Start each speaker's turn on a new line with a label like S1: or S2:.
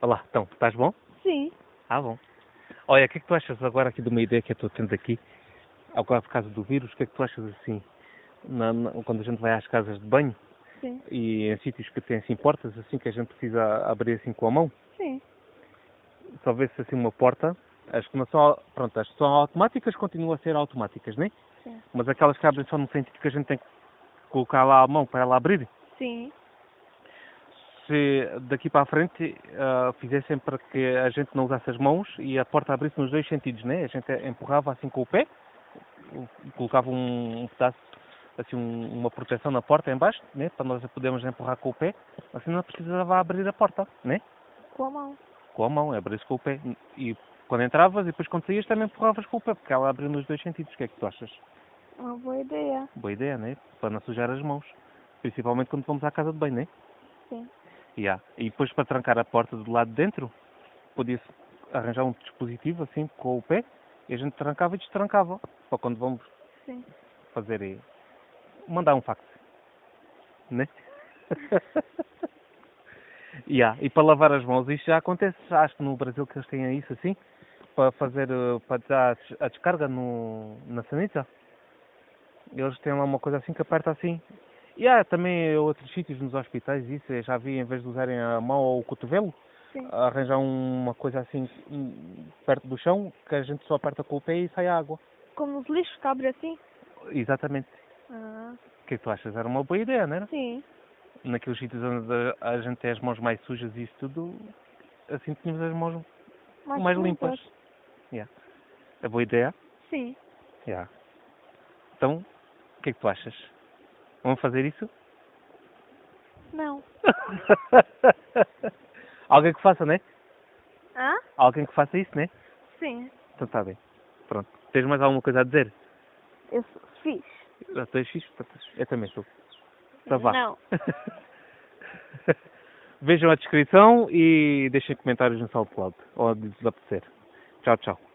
S1: Olá, então, estás bom?
S2: Sim.
S1: Ah, bom. Olha, o que é que tu achas agora aqui de uma ideia que eu estou tendo aqui, agora por causa do vírus, o que é que tu achas assim, na- na- quando a gente vai às casas de banho
S2: Sim.
S1: e em sítios que têm assim portas, assim que a gente precisa abrir assim com a mão,
S2: Sim.
S1: só vê-se assim uma porta, as que não são, pronto, as que são automáticas continuam a ser automáticas, né?
S2: Sim.
S1: Mas aquelas que abrem só no sentido que a gente tem que colocar lá a mão para ela abrir,
S2: Sim.
S1: se daqui para a frente ah, fizessem para que a gente não usasse as mãos e a porta abrisse nos dois sentidos, né? A gente empurrava assim com o pé, e colocava um, um pedaço, assim, um- uma proteção na porta em baixo, né? Para nós a podermos empurrar com o pé, assim não precisava abrir a porta, né?
S2: Com a mão.
S1: Com a mão, abrir com o pé. E quando entravas e depois quando saías também empurravas com o pé, porque ela abriu nos dois sentidos. O que é que tu achas?
S2: Uma boa ideia.
S1: Boa ideia, né? Para não sujar as mãos. Principalmente quando vamos à casa de banho, né?
S2: Sim.
S1: Ya. E depois para trancar a porta do lado de dentro, podia-se arranjar um dispositivo assim com o pé e a gente trancava e destrancava. Para quando vamos
S2: Sim.
S1: fazer eh, mandar um fax. Né? Ya, E para lavar as mãos, isto já acontece, já acho que no Brasil que eles têm isso assim, para fazer eh, para dar a des- a descarga no, na sanita. Eles têm lá uma coisa assim que aperta assim. E há também outros sítios nos hospitais, isso eu já vi, em vez de usarem a mão ou o cotovelo,
S2: Sim.
S1: arranjar uma coisa assim hum, perto do chão que a gente só aperta com o pé e sai a água.
S2: Como os lixos que abrem assim?
S1: Exatamente.
S2: Ah.
S1: O que é que tu achas? Era uma boa ideia, não era?
S2: Sim.
S1: Naqueles sítios onde a- a gente tem as mãos mais sujas e isso tudo, assim tínhamos as mãos mais, limpas. Yeah. É boa ideia?
S2: Sim.
S1: Yeah. Então, o que é que tu achas? Vamos fazer isso?
S2: Não.
S1: Alguém que faça, né?
S2: Hã?
S1: Alguém que faça isso, né?
S2: Ah? Sim.
S1: Então está bem. Pronto. Tens mais alguma coisa a dizer?
S2: Eu sou- fiz.
S1: Já tens fixe? Portanto, Eu também estou. Então vá.
S2: Não.
S1: Vejam a descrição e deixem comentários no SoundCloud, ou onde lhes apetecer. Tchau, tchau.